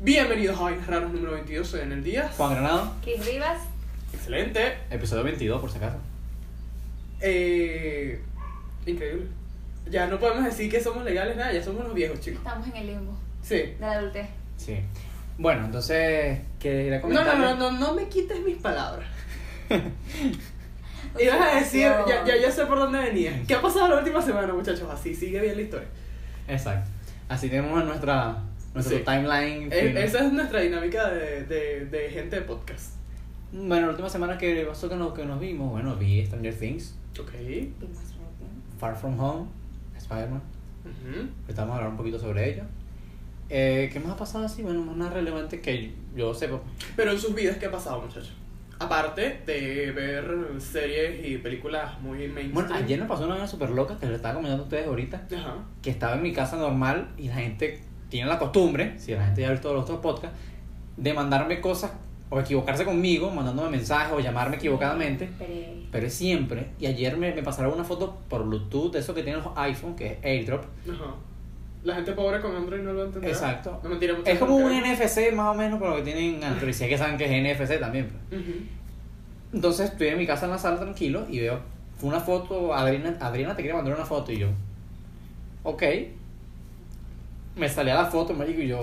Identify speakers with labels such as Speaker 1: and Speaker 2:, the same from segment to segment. Speaker 1: Bienvenidos a Vainas Raros número 22 en el día.
Speaker 2: Juan Granado,
Speaker 3: Cris Rivas,
Speaker 1: Excelente.
Speaker 2: episodio 22, por si acaso.
Speaker 1: Eh, increíble. Ya no podemos decir que somos legales nada, ya somos los viejos, chicos.
Speaker 3: estamos en el limbo
Speaker 1: Sí.
Speaker 3: de la adultez.
Speaker 2: Sí. Bueno, entonces, quería
Speaker 1: No,
Speaker 2: comentar.
Speaker 1: no, no, no, no me quites mis palabras. Ibas a decir, ya, ya, ya sé por dónde venía. ¿Qué ha pasado la última semana, muchachos? Así sigue bien la historia.
Speaker 2: Exacto. Así tenemos nuestra, nuestro
Speaker 1: Sí.
Speaker 2: timeline.
Speaker 1: Es-
Speaker 2: fino.
Speaker 1: Eh, esa es nuestra dinámica de, de, de gente de podcast.
Speaker 2: Bueno, la última semana que pasó que nos, que nos vimos, bueno, vi Stranger Things,
Speaker 1: Ok.
Speaker 2: Far From Home, Spider-Man. Ahorita vamos a hablar un poquito sobre ello. Eh, ¿Qué más ha pasado así? Bueno, más nada relevante que yo sepa.
Speaker 1: Pero en sus vidas, ¿qué ha pasado, muchachos? Aparte de ver series y películas muy mainstream.
Speaker 2: Bueno, ayer me pasó una vaina súper loca que les estaba comentando a ustedes ahorita,
Speaker 1: Ajá.
Speaker 2: que estaba en mi casa normal y la gente tiene la costumbre, si la gente ya ha visto los otros podcasts, de mandarme cosas o equivocarse conmigo, mandándome mensajes o llamarme equivocadamente.
Speaker 3: eh,
Speaker 2: Pero es siempre, y ayer me, me pasaron una foto por Bluetooth de eso que tienen los iPhone, que es AirDrop.
Speaker 1: Ajá. La gente pobre con Android no lo entenderá.
Speaker 2: Exacto.
Speaker 1: No mentira, mucha
Speaker 2: Es como un
Speaker 1: gente que-
Speaker 2: NFC más o menos, pero que tienen Android, si es que saben que es NFC también. pues.
Speaker 1: Ujú.
Speaker 2: Entonces estoy en mi casa en la sala tranquilo y veo una foto, Adriana, Adriana te quiere mandar una foto y yo, ok. Me salía la foto, marico, y yo,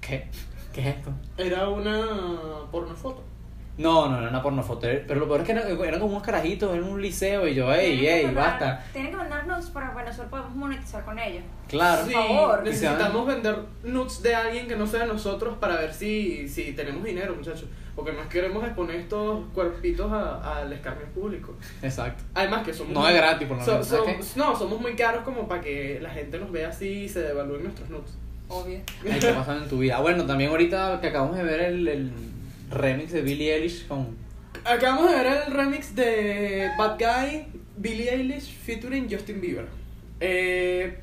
Speaker 2: ¿qué? ¿Qué es esto?
Speaker 1: Era una porno foto.
Speaker 2: No, no, era una pornofoto, pero lo peor es que eran era como unos carajitos, era un liceo y yo, ey, ey, basta.
Speaker 3: Tienen que mandarnos para que nosotros podamos monetizar con ellos.
Speaker 2: Claro.
Speaker 1: Sí,
Speaker 3: favor.
Speaker 1: necesitamos vender nudes de alguien que no sea de nosotros para ver si, si tenemos dinero, muchachos. Porque no queremos exponer estos cuerpitos a- al escarnio público.
Speaker 2: Exacto.
Speaker 1: Además que somos...
Speaker 2: No es gratis, por lo
Speaker 1: so-
Speaker 2: menos.
Speaker 1: so-
Speaker 2: ¿sabes
Speaker 1: No, somos muy caros como para que la gente nos vea así y se devalúen nuestros nudes.
Speaker 3: Obvio.
Speaker 2: qué? Ay, ¿Qué ha pasado en tu vida? Ah, Bueno, también ahorita que acabamos de ver el, el remix de Billie Eilish con.
Speaker 1: Acabamos de ver el remix de Bad Guy, Billie Eilish featuring Justin Bieber. Eh,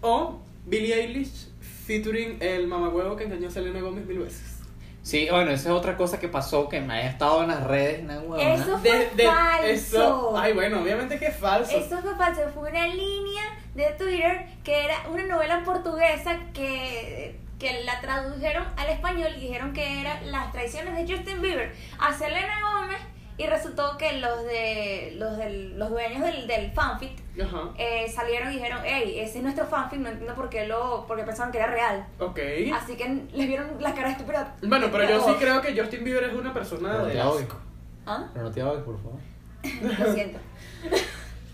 Speaker 1: o Billie Eilish featuring el mamagüevo que engañó a Selena Gómez mil veces.
Speaker 2: Sí, bueno, esa es otra cosa que pasó que me haya estado en las redes, una huevona.
Speaker 3: Eso fue falso.
Speaker 1: eso- ay, bueno, obviamente que es falso.
Speaker 3: Eso fue falso, fue una línea de Twitter que era una novela portuguesa que, que la tradujeron al español y dijeron que era las traiciones de Justin Bieber a Selena Gómez y resultó que los de los, del, los dueños del, del fanfic
Speaker 1: Ajá.
Speaker 3: eh, salieron y dijeron, hey, ese es nuestro fanfic, no entiendo por qué lo, porque pensaban que era real.
Speaker 1: Ok.
Speaker 3: Así que les vieron la cara de estúpida.
Speaker 1: Bueno, pero yo
Speaker 3: Pero-
Speaker 1: sí creo que Justin Bieber es una persona
Speaker 2: Pero
Speaker 1: de
Speaker 2: te
Speaker 1: las-
Speaker 2: odio.
Speaker 3: ¿Ah?
Speaker 2: Pero no te ahogues, por favor.
Speaker 3: Lo siento.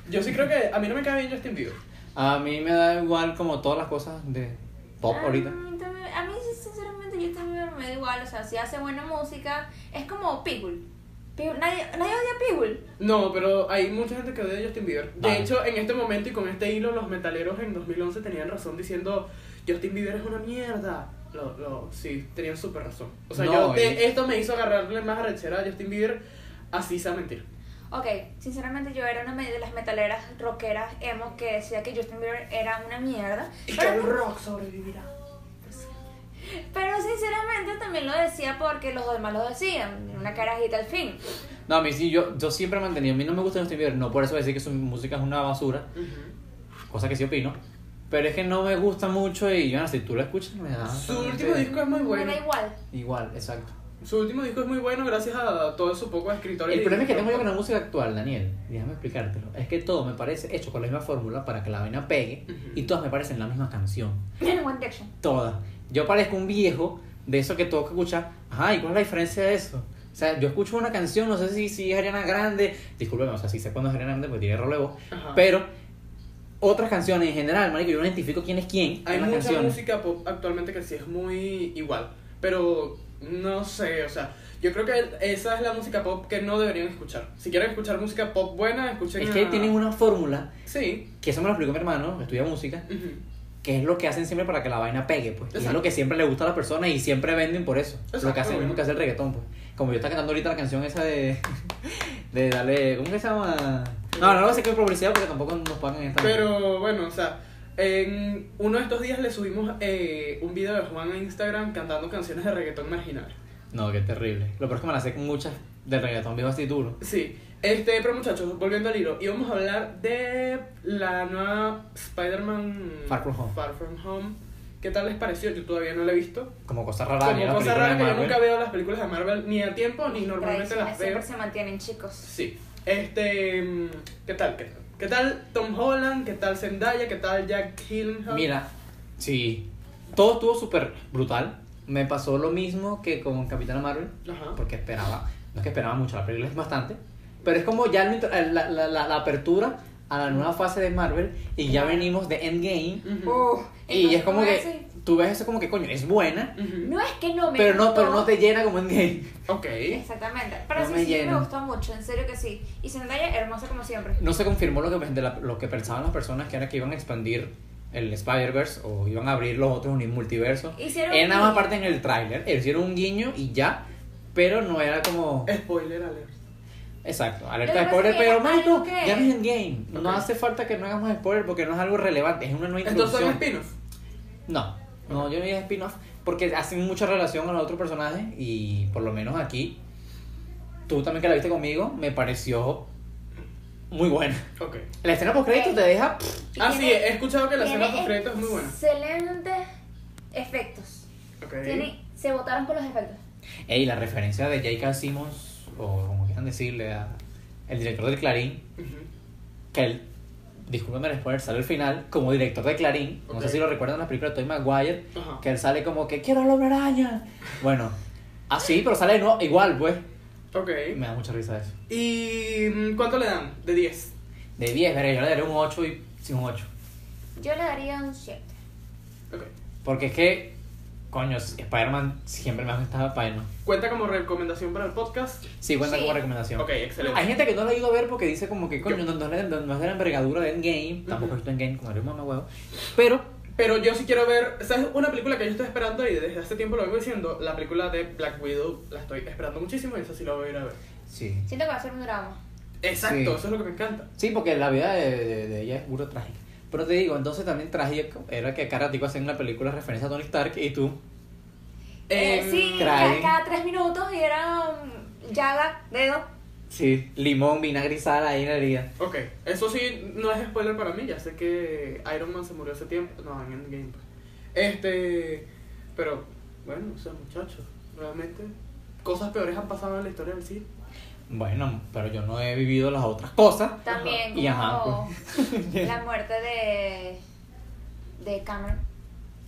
Speaker 1: Yo sí creo que a mí no me cae bien Justin Bieber.
Speaker 2: A mí me da igual como todas las cosas de pop
Speaker 3: Ah,
Speaker 2: ahorita.
Speaker 3: también- a mí, sí, sinceramente, yo también me da igual. O sea, si hace buena música, es como Pitbull. Pitbull- Nadie, nadie odia a Pitbull.
Speaker 1: No, pero hay mucha gente que odia a Justin Bieber. De
Speaker 2: Vale.
Speaker 1: hecho, en este momento y con este hilo, los metaleros en 2011 tenían razón diciendo Justin Bieber es una mierda. Lo, lo, sí, tenían súper razón. O sea,
Speaker 2: No,
Speaker 1: yo, de-
Speaker 2: y-
Speaker 1: esto me hizo agarrarle más arrechera a Justin Bieber, así sea mentira.
Speaker 3: Ok, sinceramente, yo era una me- de las metaleras rockeras emo que decía que Justin Bieber era una mierda.
Speaker 1: Y que
Speaker 3: Pero,
Speaker 1: el rock sobrevivirá.
Speaker 3: pero sinceramente, también lo decía porque los demás lo decían. Una carajita al fin.
Speaker 2: No, a mí sí, yo, yo siempre he mantenido. A mí no me gusta Justin Bieber, no por eso decir que su música es una basura,
Speaker 1: Ujú.
Speaker 2: cosa que sí opino. Pero es que no me gusta mucho y, bueno, si tú lo escuchas, me da.
Speaker 1: Su
Speaker 2: realmente
Speaker 1: último disco es muy bueno.
Speaker 3: Me da igual.
Speaker 2: Igual, exacto.
Speaker 1: Su último disco es muy bueno gracias a todo su poco de escritores.
Speaker 2: El
Speaker 1: y
Speaker 2: problema es que tengo
Speaker 1: directores.
Speaker 2: yo con la música actual, Daniel, déjame explicártelo. Es que todo me parece hecho con la misma fórmula para que la vaina pegue
Speaker 1: Ujú.
Speaker 2: y todas me parecen la misma canción.
Speaker 3: One Direction.
Speaker 2: Todas. Yo parezco un viejo de eso que tengo que escuchar. Ajá, ¿y cuál es la diferencia de eso? O sea, yo escucho una canción, no sé si, si es Ariana Grande. Discúlpeme, o sea, sí sé cuándo es Ariana Grande porque tiene relevo.
Speaker 1: Ajá.
Speaker 2: Pero otras canciones en general, marico, yo no identifico quién es quién.
Speaker 1: Hay
Speaker 2: en las
Speaker 1: mucha
Speaker 2: canciones.
Speaker 1: música pop actualmente que sí es muy igual, pero no sé, o sea, yo creo que esa es la música pop que no deberían escuchar. Si quieren escuchar música pop buena, escuchen
Speaker 2: Es que
Speaker 1: a-
Speaker 2: tienen una fórmula,
Speaker 1: Sí.
Speaker 2: que eso me lo explicó mi hermano, que estudia música,
Speaker 1: ujú,
Speaker 2: que es lo que hacen siempre para que la vaina pegue, pues. Y es
Speaker 1: Exacto.
Speaker 2: lo que siempre le gusta a las personas y siempre venden por eso. Lo que
Speaker 1: Exacto,
Speaker 2: hacen lo mismo
Speaker 1: bueno.
Speaker 2: que hace el reggaetón, pues. Como yo estaba cantando ahorita la canción esa de. de darle. ¿Cómo que se llama? No, no lo sé qué publicidad porque tampoco nos pagan esta.
Speaker 1: Pero bueno, o sea, en uno de estos días le subimos eh, un video de Juan a Instagram cantando canciones de reggaetón marginal.
Speaker 2: No, qué terrible. Lo peor es que me la sé con muchas del reggaetón viejo así duro.
Speaker 1: Sí. Este, pero muchachos, volviendo al hilo, íbamos a hablar de la nueva Spider-Man
Speaker 2: Far From Home.
Speaker 1: Far From Home, ¿Qué tal les pareció? Yo todavía no la he visto.
Speaker 2: Como cosa rara. ni
Speaker 1: Como
Speaker 2: una
Speaker 1: cosa
Speaker 2: película
Speaker 1: rara
Speaker 2: de
Speaker 1: que yo
Speaker 2: Marvel.
Speaker 1: nunca veo las películas de Marvel ni a tiempo ni normalmente
Speaker 3: Tradiciones
Speaker 1: las veo.
Speaker 3: siempre se mantienen, chicos.
Speaker 1: Sí. Este, mm, ¿qué tal? ¿Qué, qué tal Tom Holland? ¿Qué tal Zendaya? ¿Qué tal Jack Gyllenhaal?
Speaker 2: Mira, sí. Todo estuvo súper brutal. Me pasó lo mismo que con Capitana Marvel.
Speaker 1: Ajá.
Speaker 2: Porque esperaba, no es que esperaba mucho, la película es bastante. Pero es como ya el intro- la, la- la- la apertura a la nueva fase de Marvel y ya venimos de Endgame.
Speaker 1: Ujú.
Speaker 3: Uh,
Speaker 2: Y es como
Speaker 3: entonces,
Speaker 2: que tú ves eso como que coño, es buena,
Speaker 1: Ujú.
Speaker 3: No es que no me
Speaker 2: pero no, pero
Speaker 3: gustó.
Speaker 2: no te llena como Endgame.
Speaker 1: Ok.
Speaker 3: Exactamente. Pero
Speaker 2: No
Speaker 3: sí,
Speaker 2: me
Speaker 3: sí,
Speaker 2: llena.
Speaker 3: me gustó mucho, en serio que sí. Y Zendaya, hermosa como siempre.
Speaker 2: No se confirmó lo que, de la- lo que pensaban las personas que era que iban a expandir el Spider-Verse o iban a abrir los otros uni- multiversos.
Speaker 3: Hicieron
Speaker 2: Era
Speaker 3: un
Speaker 2: nada más
Speaker 3: guiño.
Speaker 2: parte en el tráiler, hicieron un guiño y ya, pero no era como...
Speaker 1: Spoiler alert.
Speaker 2: Exacto,
Speaker 3: Lo
Speaker 2: alerta
Speaker 3: que
Speaker 2: de spoiler,
Speaker 3: pasa es que
Speaker 2: pero
Speaker 3: era algo
Speaker 2: marico,
Speaker 3: que-
Speaker 2: ya no es endgame. No
Speaker 1: Ok.
Speaker 2: hace falta que no hagamos spoiler porque no es algo relevante, es una nueva
Speaker 1: Entonces son
Speaker 2: introducción.
Speaker 1: spin-off.
Speaker 2: No, no, yo no dije spin-off porque hacen mucha relación a los otros personajes y por lo menos aquí, tú también que la viste conmigo, me pareció muy buena.
Speaker 1: Ok.
Speaker 2: La escena post crédito te deja... pff,
Speaker 3: Y
Speaker 1: Ah, sí,
Speaker 3: tiene-
Speaker 1: he escuchado que la escena
Speaker 3: tiene
Speaker 1: post crédito es muy buena.
Speaker 3: Excelentes efectos.
Speaker 1: Ok.
Speaker 3: Tiene, se votaron por los efectos.
Speaker 2: Ey, la referencia de J.K. Simmons, o como quieran decirle, a- el director de Clarín,
Speaker 1: Ujú.
Speaker 2: que él, discúlpame el spoiler, sale al final como director de Clarín. No sé
Speaker 1: Ok.
Speaker 2: si lo recuerdan en la película de Tobey Maguire,
Speaker 1: Ajá.
Speaker 2: que él sale como que quiero al hombre araña. Bueno, así, pero sale de nuevo igual, pues.
Speaker 1: Ok.
Speaker 2: Me da mucha risa eso.
Speaker 1: ¿Y mm, cuánto le dan? De 10.
Speaker 2: De 10, verga, yo le daré un 8 y sin un 8.
Speaker 3: Yo le daría un 7.
Speaker 1: Ok.
Speaker 2: Porque es que, coño, Spider-Man siempre me ha gustado Spider-Man.
Speaker 1: ¿Cuenta como recomendación para el podcast?
Speaker 2: Sí, cuenta
Speaker 3: Sí.
Speaker 2: como recomendación.
Speaker 1: Ok, excelente.
Speaker 2: Hay gente que no lo ha ido a ver porque dice como que, coño,
Speaker 1: Yo-
Speaker 2: no, no, es de- no es de la envergadura de Endgame. Tampoco
Speaker 1: Ujú.
Speaker 2: he visto Endgame como el mamá huevo. Pero,
Speaker 1: Pero yo sí quiero ver, ¿sabes? Una película que yo estoy esperando y desde hace tiempo lo vengo diciendo, la película de Black Widow, la estoy esperando muchísimo y esa sí la voy a ir a ver.
Speaker 2: sí.
Speaker 3: Siento que va a ser un drama.
Speaker 1: Exacto,
Speaker 2: Sí.
Speaker 1: eso es lo que me encanta.
Speaker 2: Sí, porque la vida de, de- de ella es puro trágica. Pero te digo, entonces también trágico era que cada tico hacía en la película referencia a Tony Stark y tú.
Speaker 3: Eh,
Speaker 1: Em,
Speaker 3: sí,
Speaker 2: caray.
Speaker 3: ca- cada 3 minutos y era um, llaga, dedo.
Speaker 2: Sí. Limón, vinagre y sal ahí en la herida.
Speaker 1: Ok, eso sí, no es spoiler para mí, ya sé que Iron Man se murió hace tiempo, no, en Endgame. pues. Este, pero bueno, o sea, muchachos, realmente cosas peores han pasado en la historia del cine.
Speaker 2: Bueno, pero yo no he vivido las otras cosas.
Speaker 3: También
Speaker 2: Y ajá, pues.
Speaker 3: como la muerte de, de Cameron.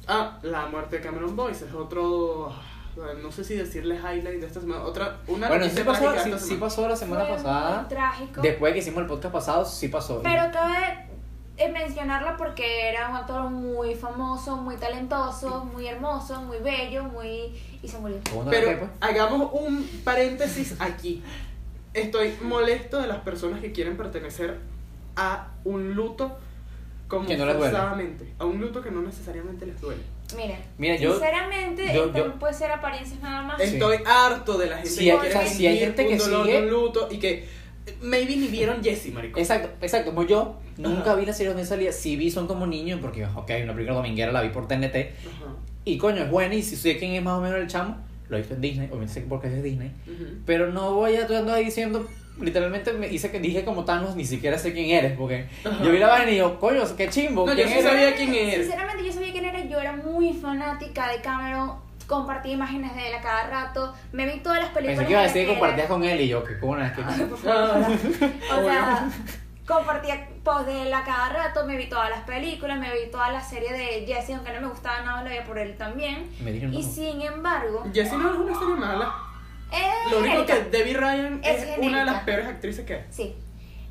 Speaker 1: Ah, la muerte de Cameron Boyce es otro, ah, no sé si decirle highlight de esta semana, otra, una
Speaker 2: Bueno, sí
Speaker 1: noticia
Speaker 2: pasó,
Speaker 1: trágica
Speaker 2: sí-
Speaker 1: esta
Speaker 2: sí
Speaker 1: semana.
Speaker 2: pasó la semana
Speaker 3: Fue muy
Speaker 2: pasada.
Speaker 3: trágico.
Speaker 2: Después de que hicimos el podcast pasado, sí pasó. Y-
Speaker 3: Pero cabe eh, mencionarla porque era un actor muy famoso, muy talentoso, muy hermoso, muy bello, muy... y se murió.
Speaker 2: ¿Cómo no la que,
Speaker 1: Pero
Speaker 2: pues?
Speaker 1: hagamos un paréntesis aquí. Estoy molesto de las personas que quieren pertenecer a un luto como
Speaker 2: Que no les duele.
Speaker 1: forzadamente, a un luto que no necesariamente les duele.
Speaker 3: Mira,
Speaker 2: Mira, yo-
Speaker 3: sinceramente
Speaker 2: yo-
Speaker 3: esto
Speaker 2: yo-
Speaker 3: no puede ser apariencias nada más.
Speaker 2: Es- Ah, Sí.
Speaker 1: Estoy harto de la gente
Speaker 2: Sí,
Speaker 1: que
Speaker 2: hay-
Speaker 1: quiere
Speaker 2: o sea, sí hay
Speaker 1: fingir
Speaker 2: gente
Speaker 1: un
Speaker 2: que
Speaker 1: dolor
Speaker 2: sigue-
Speaker 1: de un luto y que eh, maybe ni vieron Jessie, marico.
Speaker 2: Exacto, exacto. Como yo nunca vi la serie donde salía. Sí vi Son como niños, porque, ok, una película dominguera la vi por TNT.
Speaker 1: Ajá.
Speaker 2: Y coño, es buena. Y si sé quién es más o menos el chamo, lo he visto en Disney. Obviamente sé porque es de Disney.
Speaker 1: Ujú.
Speaker 2: Pero no voy a tú andas ahí diciendo. Literalmente me hice que dije como Thanos, ni siquiera sé quién eres. Porque
Speaker 1: Ajá.
Speaker 2: yo vi la vaina y yo, coño, qué chimbo.
Speaker 1: No, yo
Speaker 2: ¿quién
Speaker 1: sí
Speaker 2: eres?
Speaker 1: sabía- quién es.
Speaker 3: Sinceramente yo sabía quién era, yo era muy fanática de Cameron, compartía imágenes de él a cada rato, me vi todas las películas.
Speaker 2: Pensé que iba a
Speaker 3: en las
Speaker 2: decir Ah. que
Speaker 3: era-
Speaker 2: compartías con él y yo, que cómo no es que.
Speaker 3: O sea, compartía post de él a cada rato, me vi todas las películas, me vi toda la serie de Jesse, aunque no me gustaba nada, la veía por él también.
Speaker 2: Me dijeron
Speaker 3: Y
Speaker 2: como-
Speaker 3: sin embargo,
Speaker 1: Jessie no es una serie mala.
Speaker 3: eh,
Speaker 1: Lo único que
Speaker 3: genérica.
Speaker 1: Debbie Ryan
Speaker 3: Es
Speaker 1: es, una de las
Speaker 3: genérica.
Speaker 1: peores actrices que hay.
Speaker 3: Sí.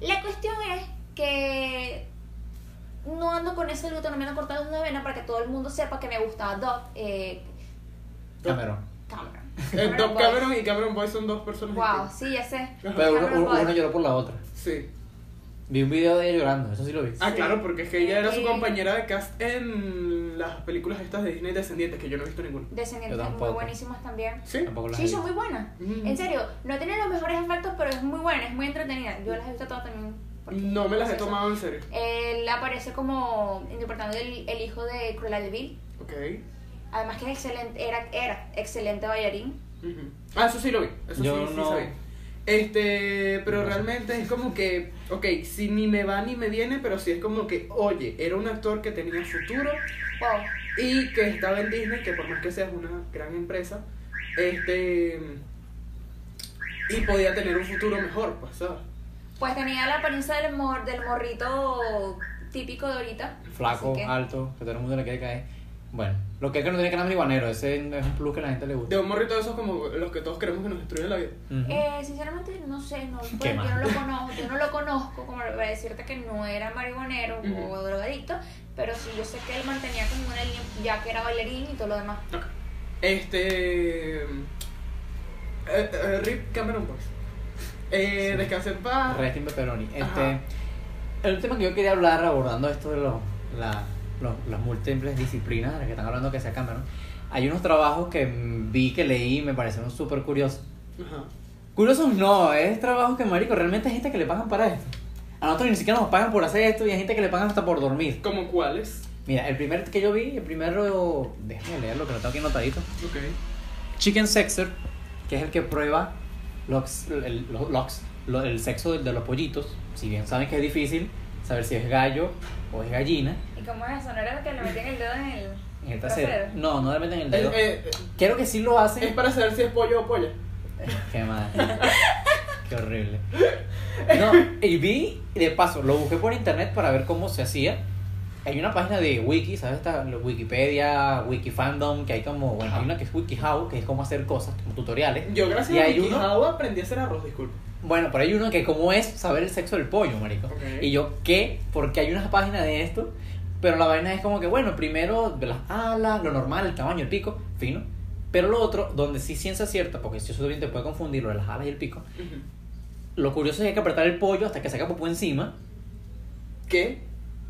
Speaker 3: La cuestión es que no ando con ese luto, no me han cortado una vena para que todo el mundo sepa que me gustaba Doc eh,
Speaker 2: Cameron.
Speaker 3: Cameron.
Speaker 1: Eh, Doc
Speaker 3: Boy.
Speaker 1: Cameron y Cameron Boy son dos personas.
Speaker 3: Wow,
Speaker 1: distintas.
Speaker 3: sí, ya sé.
Speaker 2: Pero uno,
Speaker 3: Cameron Boy.
Speaker 2: uno lloró por la otra.
Speaker 1: Sí.
Speaker 2: Vi un video de ella llorando, eso sí lo vi.
Speaker 1: Ah,
Speaker 3: Sí.
Speaker 1: claro, porque es que ella era su
Speaker 3: Sí.
Speaker 1: compañera de cast en las películas estas de Disney Descendientes, que yo no he visto ninguna.
Speaker 2: Yo
Speaker 3: Descendientes muy
Speaker 2: tampoco.
Speaker 3: buenísimas también.
Speaker 1: ¿Sí?
Speaker 2: Tampoco la
Speaker 3: Sí,
Speaker 2: vi.
Speaker 3: son muy buenas.
Speaker 1: Mm.
Speaker 3: En serio, no tienen los mejores efectos, pero es muy buena, es muy entretenida. Yo las he visto todas también. porque-
Speaker 1: No me las he
Speaker 3: Pues eso.
Speaker 1: tomado en serio.
Speaker 3: Él aparece como interpretando el, el hijo de Cruella de Vil.
Speaker 1: Ok.
Speaker 3: Además que es excelente, era, era excelente bailarín.
Speaker 1: Ujú. Ah, eso sí lo vi. Eso
Speaker 2: Yo
Speaker 1: sí,
Speaker 2: no.
Speaker 1: sí sabía. Este, pero
Speaker 2: No sé.
Speaker 1: realmente es como que, ok, si ni me va ni me viene, pero sí es como que, oye, era un actor que tenía futuro,
Speaker 3: Wow.
Speaker 1: y que estaba en Disney, que por más que seas una gran empresa, este y podía tener un futuro mejor, pues, ¿sabes?
Speaker 3: Pues tenía la apariencia del, mor, del morrito típico de ahorita.
Speaker 2: Flaco,
Speaker 3: así que-
Speaker 2: alto, que todo el mundo le quiere caer. Bueno, lo que es que no tiene cara marihuanero, ese es un plus que la gente le gusta.
Speaker 1: De un morrito de esos como los que todos queremos que nos destruyen la vida.
Speaker 2: Ujú.
Speaker 3: Eh, sinceramente no sé, no, pues,
Speaker 2: Qué
Speaker 3: yo
Speaker 2: mal.
Speaker 3: no lo conozco, yo no lo conozco como para decirte que no era marihuanero
Speaker 1: Ujú.
Speaker 3: o drogadicto, pero sí yo sé que él mantenía como una línea, ya que era bailarín y todo lo demás.
Speaker 1: Ok. Este. eh, eh, Rip Cameron Boys. Eh,
Speaker 2: Sí.
Speaker 1: Descansa en paz.
Speaker 2: Resting pepperoni. Este,
Speaker 1: Ajá.
Speaker 2: el tema que yo quería hablar abordando esto de los, la- los- las múltiples disciplinas de las que están hablando que se Cameron, hay unos trabajos que mm, vi, que leí y me parecieron súper curiosos.
Speaker 1: Ajá.
Speaker 2: Curiosos no, es trabajo que, marico, realmente hay gente que le pagan para esto. A nosotros ni siquiera nos pagan por hacer esto y hay gente que le pagan hasta por dormir.
Speaker 1: ¿Como cuáles?
Speaker 2: Mira, el primer que yo vi, el primero, déjame leerlo que lo tengo aquí anotadito.
Speaker 1: Ok.
Speaker 2: Chicken Sexer, que es el que prueba los, el, lo- los- lo- el sexo de, de los pollitos. Si bien saben que es difícil saber si es gallo o es gallina.
Speaker 3: ¿Y cómo es eso? ¿No era que le metían el dedo en el,
Speaker 2: En el trasero. No, no le meten el
Speaker 1: Eh,
Speaker 2: dedo.
Speaker 1: eh,
Speaker 2: Creo que sí lo
Speaker 1: es
Speaker 2: hacen.
Speaker 1: para saber si es pollo o polla.
Speaker 2: Qué madre. Qué horrible. No, y vi, y de paso, lo busqué por internet para ver cómo se hacía. Hay una página de wiki, ¿sabes? Está la Wikipedia, Wikifandom, que hay como, bueno, hay una que es WikiHow, que es cómo hacer cosas, como tutoriales.
Speaker 1: Yo, gracias
Speaker 2: Y
Speaker 1: a
Speaker 2: hay
Speaker 1: Mickey
Speaker 2: uno-
Speaker 1: Howe aprendí a hacer arroz, disculpa.
Speaker 2: Bueno, pero hay uno que como es saber el sexo del pollo, marico.
Speaker 1: Ok.
Speaker 2: Y yo, ¿qué? Porque hay unas páginas de esto, pero la vaina es como que, bueno, primero de las alas, lo normal, el tamaño, el pico, fino. Pero lo otro, donde sí ciencia cierta, porque si eso también te puede confundir lo de las alas y el pico,
Speaker 1: Ujú.
Speaker 2: lo curioso es que hay que apretar el pollo hasta que saca popó encima
Speaker 1: ¿Qué?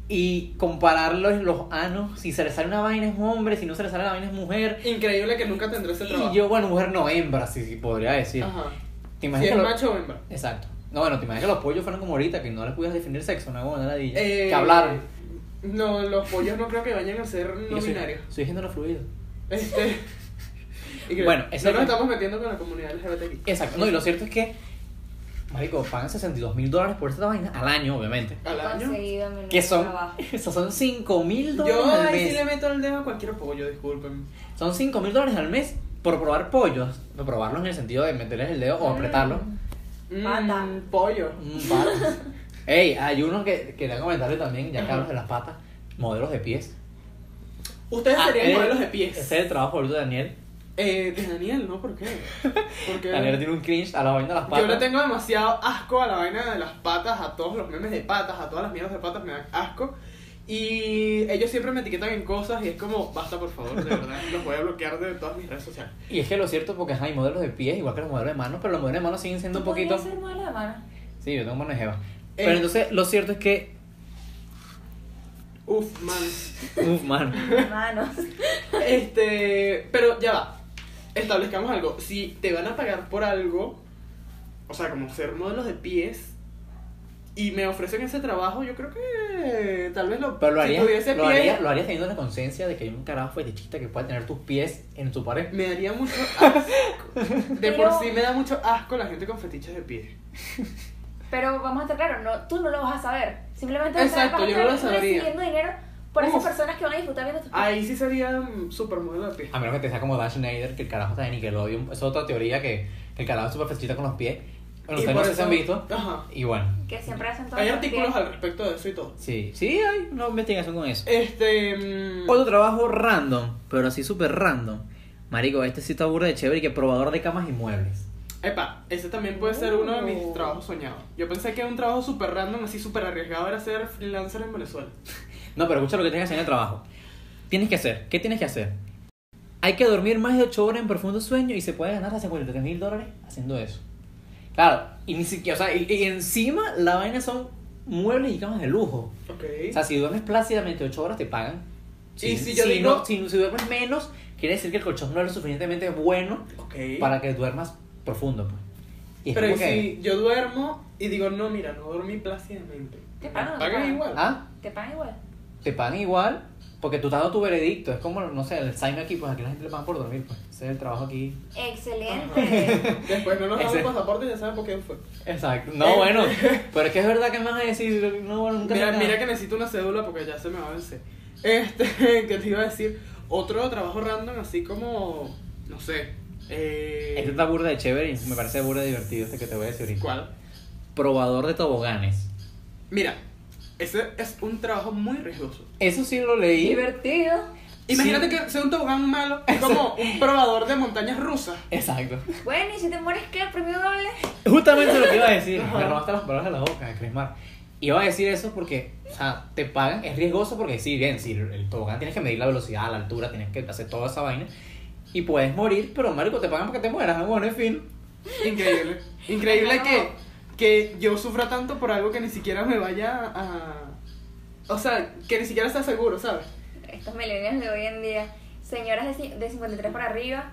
Speaker 2: y compararlos los anos, si se le sale una vaina es hombre, si no se le sale la vaina es mujer.
Speaker 1: Increíble que nunca tendré ese trabajo.
Speaker 2: Y yo, bueno, mujer no hembra, si, si podría decir.
Speaker 1: Ajá.
Speaker 2: ¿Te
Speaker 1: Si
Speaker 2: imaginas
Speaker 1: es
Speaker 2: que lo-
Speaker 1: macho o hembra.
Speaker 2: Exacto. No, bueno, te imaginas que los pollos fueron como ahorita, que no les pudieras definir sexo, una buena ladilla.
Speaker 1: Eh,
Speaker 2: que hablaron.
Speaker 1: No, los pollos no creo que vayan a ser
Speaker 2: Y
Speaker 1: no
Speaker 2: yo soy,
Speaker 1: binarios.
Speaker 2: soy género fluido.
Speaker 1: Este. y creo-
Speaker 2: Bueno,
Speaker 1: no
Speaker 2: exacto.
Speaker 1: nos estamos metiendo con la comunidad LGBTI.
Speaker 2: Exacto. No, y lo cierto es que, marico, pagan 62 mil dólares por esta vaina al año, obviamente.
Speaker 1: Al año.
Speaker 3: conseguido mi
Speaker 2: Que
Speaker 3: nuevo
Speaker 2: son,
Speaker 3: trabajo?
Speaker 2: esos son 5 mil dólares
Speaker 1: Yo
Speaker 2: al
Speaker 1: ahí sí
Speaker 2: mes.
Speaker 1: le meto el dedo a cualquier pollo, disculpen.
Speaker 2: Son 5 mil dólares al mes por probar pollos. No, probarlos en el sentido de meterles el
Speaker 1: Ah.
Speaker 2: dedo o apretarlo.
Speaker 1: Mm,
Speaker 3: Pata.
Speaker 1: pollo.
Speaker 2: Mm, patas. Ey, hay uno que quería comentarle también, ya que hablas de las patas, modelos de pies.
Speaker 1: Ustedes
Speaker 2: Ah,
Speaker 1: serían
Speaker 2: eh,
Speaker 1: modelos de pies.
Speaker 2: Ese es el trabajo ahorita de Daniel.
Speaker 1: Eh, de Daniel, ¿no? ¿Por qué? Porque
Speaker 2: Daniel tiene un cringe a la vaina de las patas.
Speaker 1: yo le tengo demasiado asco a la vaina de las patas, a todos los memes de patas, a todas las mierdas de patas me dan asco. Y ellos siempre me etiquetan en cosas y es como, basta por favor, de verdad, los voy a bloquear de todas mis redes sociales.
Speaker 2: Y es que lo cierto, porque ajá, hay modelos de pies igual que los modelos de manos, pero los modelos de manos siguen siendo un
Speaker 3: ¿Tú podrías
Speaker 2: poquito.
Speaker 3: ser modelo de mano?
Speaker 2: Sí, yo tengo mano de jeva.
Speaker 1: Eh.
Speaker 2: Pero entonces, lo cierto es que.
Speaker 1: Uf, man.
Speaker 2: Uf, mano.
Speaker 3: Manos.
Speaker 1: Este, pero ya va. Establezcamos algo. Si te van a pagar por algo, o sea, como ser modelos de pies, y me ofrecen ese trabajo, yo creo que tal vez lo,
Speaker 2: Pero lo
Speaker 1: si
Speaker 2: harías,
Speaker 1: tuviese
Speaker 2: lo,
Speaker 1: pies,
Speaker 2: harías, lo harías teniendo la conciencia de que hay un carajo fetichista que pueda tener tus pies en su pared.
Speaker 1: me daría mucho asco. De por
Speaker 3: Pero-
Speaker 1: sí me da mucho asco la gente con fetiches de pies.
Speaker 3: Pero vamos a estar claros, no, tú no lo vas a saber. Simplemente
Speaker 1: Exacto,
Speaker 3: vas a
Speaker 1: yo no lo
Speaker 3: estar
Speaker 1: sabría.
Speaker 3: recibiendo dinero por esas
Speaker 1: Uf.
Speaker 3: personas que van a disfrutar viendo tus
Speaker 1: Ahí sí sería super modelo de pies.
Speaker 2: A menos que te sea como Dan Schneider, que el carajo está de Nickelodeon. Esa Es otra teoría que, que el carajo es súper fetichista con los pies. Bueno,
Speaker 1: Y
Speaker 2: ustedes
Speaker 1: por
Speaker 2: no sé si
Speaker 1: eso-
Speaker 2: han visto.
Speaker 1: Ajá.
Speaker 2: Y bueno,
Speaker 3: que siempre hacen todo
Speaker 1: Hay
Speaker 3: lo que
Speaker 1: artículos
Speaker 3: quieren.
Speaker 1: al respecto de eso y todo.
Speaker 2: sí, sí, hay una investigación con eso.
Speaker 1: Este. mm,
Speaker 2: Otro trabajo random, pero así súper random. Marico, este sí está burda de chévere y que probador de camas y muebles.
Speaker 1: Epa, ese también puede ser uno de mis trabajos soñados. Yo pensé que un trabajo súper random, así súper arriesgado, era ser freelancer en Venezuela.
Speaker 2: No, pero escucha lo que tienes que hacer en el trabajo. Tienes que hacer, ¿qué tienes que hacer? Hay que dormir más de 8 horas en profundo sueño y se puede ganar hasta 53 mil dólares haciendo eso. Claro, y ni siquiera, o sea, y, y encima la vaina son muebles y camas de lujo.
Speaker 1: Ok.
Speaker 2: O sea, si duermes plácidamente 8 horas te pagan.
Speaker 1: Y si yo digo-
Speaker 2: no- si, si duermes menos, quiere decir que el colchón no es lo suficientemente bueno
Speaker 1: Ok.
Speaker 2: para que duermas profundo. Pues. Y es
Speaker 1: Pero ¿y
Speaker 2: como que-
Speaker 1: si yo duermo y digo, no, mira, no dormí plácidamente.
Speaker 3: Te pagan,
Speaker 1: ¿Me
Speaker 3: te pagan.
Speaker 1: igual.
Speaker 2: ¿Ah?
Speaker 3: ¿Te pagan igual?
Speaker 2: te pagan igual porque tú estás dando tu veredicto. Es como, no sé, el sign aquí, pues aquí la gente le pagan por dormir, pues. Ese es el trabajo aquí.
Speaker 3: Excelente.
Speaker 1: Después no nos dan
Speaker 2: Ese-
Speaker 1: el pasaporte y ya saben por qué fue.
Speaker 2: Exacto. No, bueno, pero es que es verdad que me vas a decir, no, bueno, nunca
Speaker 1: Mira,
Speaker 2: sé nada.
Speaker 1: mira que necesito una cédula porque ya se me va a vencer. Este, ¿qué te iba a decir? Otro trabajo random, así como, no sé. eh,
Speaker 2: Este está burda de chévere y me parece burda de divertido este que te voy a decir ahorita.
Speaker 1: ¿Cuál?
Speaker 2: Probador de toboganes.
Speaker 1: Mira, ese es un trabajo muy riesgoso.
Speaker 2: Eso sí lo leí.
Speaker 3: Divertido.
Speaker 1: Imagínate que sea un tobogán malo, es como un probador de montañas rusas.
Speaker 2: Exacto.
Speaker 3: Bueno, y si te mueres, ¿qué? Premio doble.
Speaker 2: Justamente lo que iba a decir.
Speaker 1: Ajá.
Speaker 2: Me robaste las palabras de la boca, Crismar. Iba a decir eso porque, o sea, te pagan, es riesgoso porque sí, bien, si el tobogán tienes que medir la velocidad, la altura, tienes que hacer toda esa vaina y puedes morir, pero marico, te pagan para que te mueras, ah, bueno, en fin.
Speaker 1: Increíble. Increíble
Speaker 3: No.
Speaker 1: que, que yo sufra tanto por algo que ni siquiera me vaya a... O sea, que ni siquiera sea seguro, ¿sabes?
Speaker 3: Estos millennials de hoy en día, señoras de, ci- de 53 para arriba,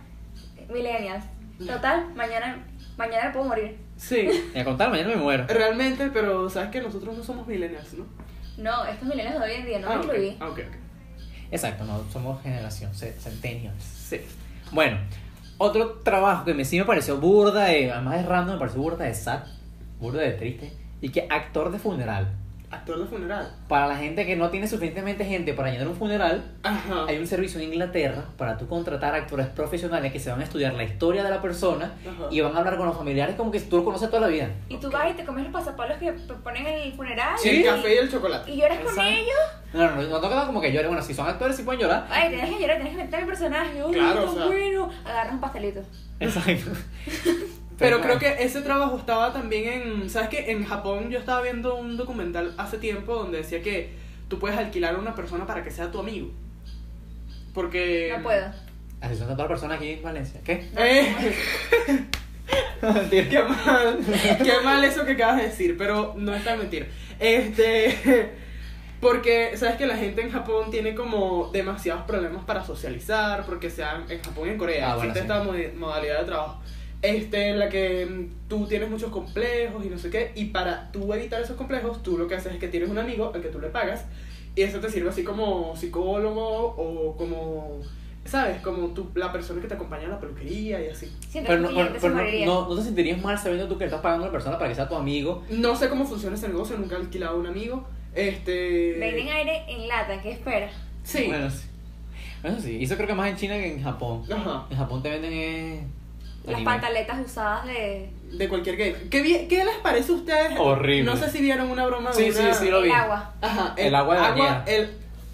Speaker 3: millennials. Total, mañana, mañana me puedo morir.
Speaker 1: Sí.
Speaker 2: Y a contar, mañana me muero.
Speaker 1: Realmente, pero sabes que nosotros no somos millennials, ¿no?
Speaker 3: No, estos millennials de hoy en día, no
Speaker 1: ah,
Speaker 3: me
Speaker 1: ok,
Speaker 3: incluí.
Speaker 1: ah, ok, ok.
Speaker 2: Exacto, no, somos generación ce- centennials.
Speaker 1: Sí.
Speaker 2: Bueno, otro trabajo que me sí me pareció burda, de, además es random, me pareció burda de sad, burda de triste, y que actor de funeral.
Speaker 1: Actor de funeral.
Speaker 2: Para la gente que no tiene suficientemente gente para llenar un funeral,
Speaker 1: Ajá.
Speaker 2: Hay un servicio en Inglaterra para tú contratar actores profesionales que se van a estudiar la historia de la persona
Speaker 1: Ajá.
Speaker 2: y van a hablar con los familiares como que tú lo conoces toda la vida.
Speaker 3: Y tú vas y te comes los pasapalos que p- ponen en el funeral.
Speaker 1: Sí,
Speaker 3: y,
Speaker 1: El café y el chocolate.
Speaker 3: y lloras con
Speaker 2: Exacto.
Speaker 3: ellos.
Speaker 2: No, no, no, no toca como que lloren. Bueno, si son actores sí pueden llorar.
Speaker 3: Ay, tienes que llorar, tienes que meter el personaje. Uy,
Speaker 1: Claro,
Speaker 3: tan
Speaker 1: o sea.
Speaker 3: bueno. Agarras un pastelito.
Speaker 2: Exacto.
Speaker 1: Pero creo que ese trabajo estaba también en. ¿Sabes qué? En Japón yo estaba viendo un documental hace tiempo donde decía que tú puedes alquilar a una persona para que sea tu amigo. Porque.
Speaker 3: No puedo.
Speaker 2: Así son tantas personas aquí en Valencia. ¿Qué?
Speaker 1: Eh,
Speaker 2: Mentira.
Speaker 1: qué mal. Qué mal eso que acabas de decir, pero no es tan mentira. Este. Porque, ¿sabes que La gente en Japón tiene como demasiados problemas para socializar, porque sean en Japón y en Corea
Speaker 2: Ah, bueno,
Speaker 1: existe esta modi- modalidad de trabajo. Este, en la que mm, tú tienes muchos complejos y no sé qué, y para tú evitar esos complejos, tú lo que haces es que tienes un amigo al que tú le pagas, y eso te sirve así como psicólogo o como, ¿sabes? Como tú, la persona que te acompaña a la peluquería y así.
Speaker 3: Siento
Speaker 2: Pero, no, pero-
Speaker 3: que mi cliente se
Speaker 2: pero no-
Speaker 3: moriría.
Speaker 2: no- no te sentirías mal sabiendo tú que estás pagando a una persona para que sea tu amigo.
Speaker 1: No sé cómo funciona ese negocio, nunca he alquilado a un amigo. Este.
Speaker 3: Venden aire en lata, ¿qué esperas?
Speaker 1: Sí.
Speaker 2: Bueno, sí. Eso sí. Y eso creo que más en China que en Japón.
Speaker 1: Ajá.
Speaker 2: En Japón te venden eh,
Speaker 3: Las
Speaker 2: anime.
Speaker 3: pantaletas usadas de
Speaker 1: de cualquier game. ¿Qué, vi- ¿Qué les parece a ustedes?
Speaker 2: Horrible.
Speaker 1: No sé si vieron una broma de
Speaker 2: Sí,
Speaker 1: una-
Speaker 2: sí, sí, lo
Speaker 3: el
Speaker 2: vi.
Speaker 3: agua.
Speaker 1: Ajá,
Speaker 2: El agua de bañera.
Speaker 1: el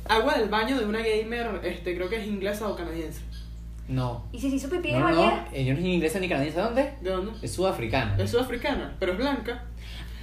Speaker 1: agua del baño de una gamer, este creo que es inglesa o canadiense.
Speaker 2: No.
Speaker 3: ¿Y si se hizo pipí en
Speaker 2: No, no,
Speaker 3: bañera?
Speaker 2: no. Yo no soy inglesa ni canadiense. ¿De dónde?
Speaker 1: ¿De dónde?
Speaker 2: Es sudafricana.
Speaker 1: Es sudafricana, pero es blanca.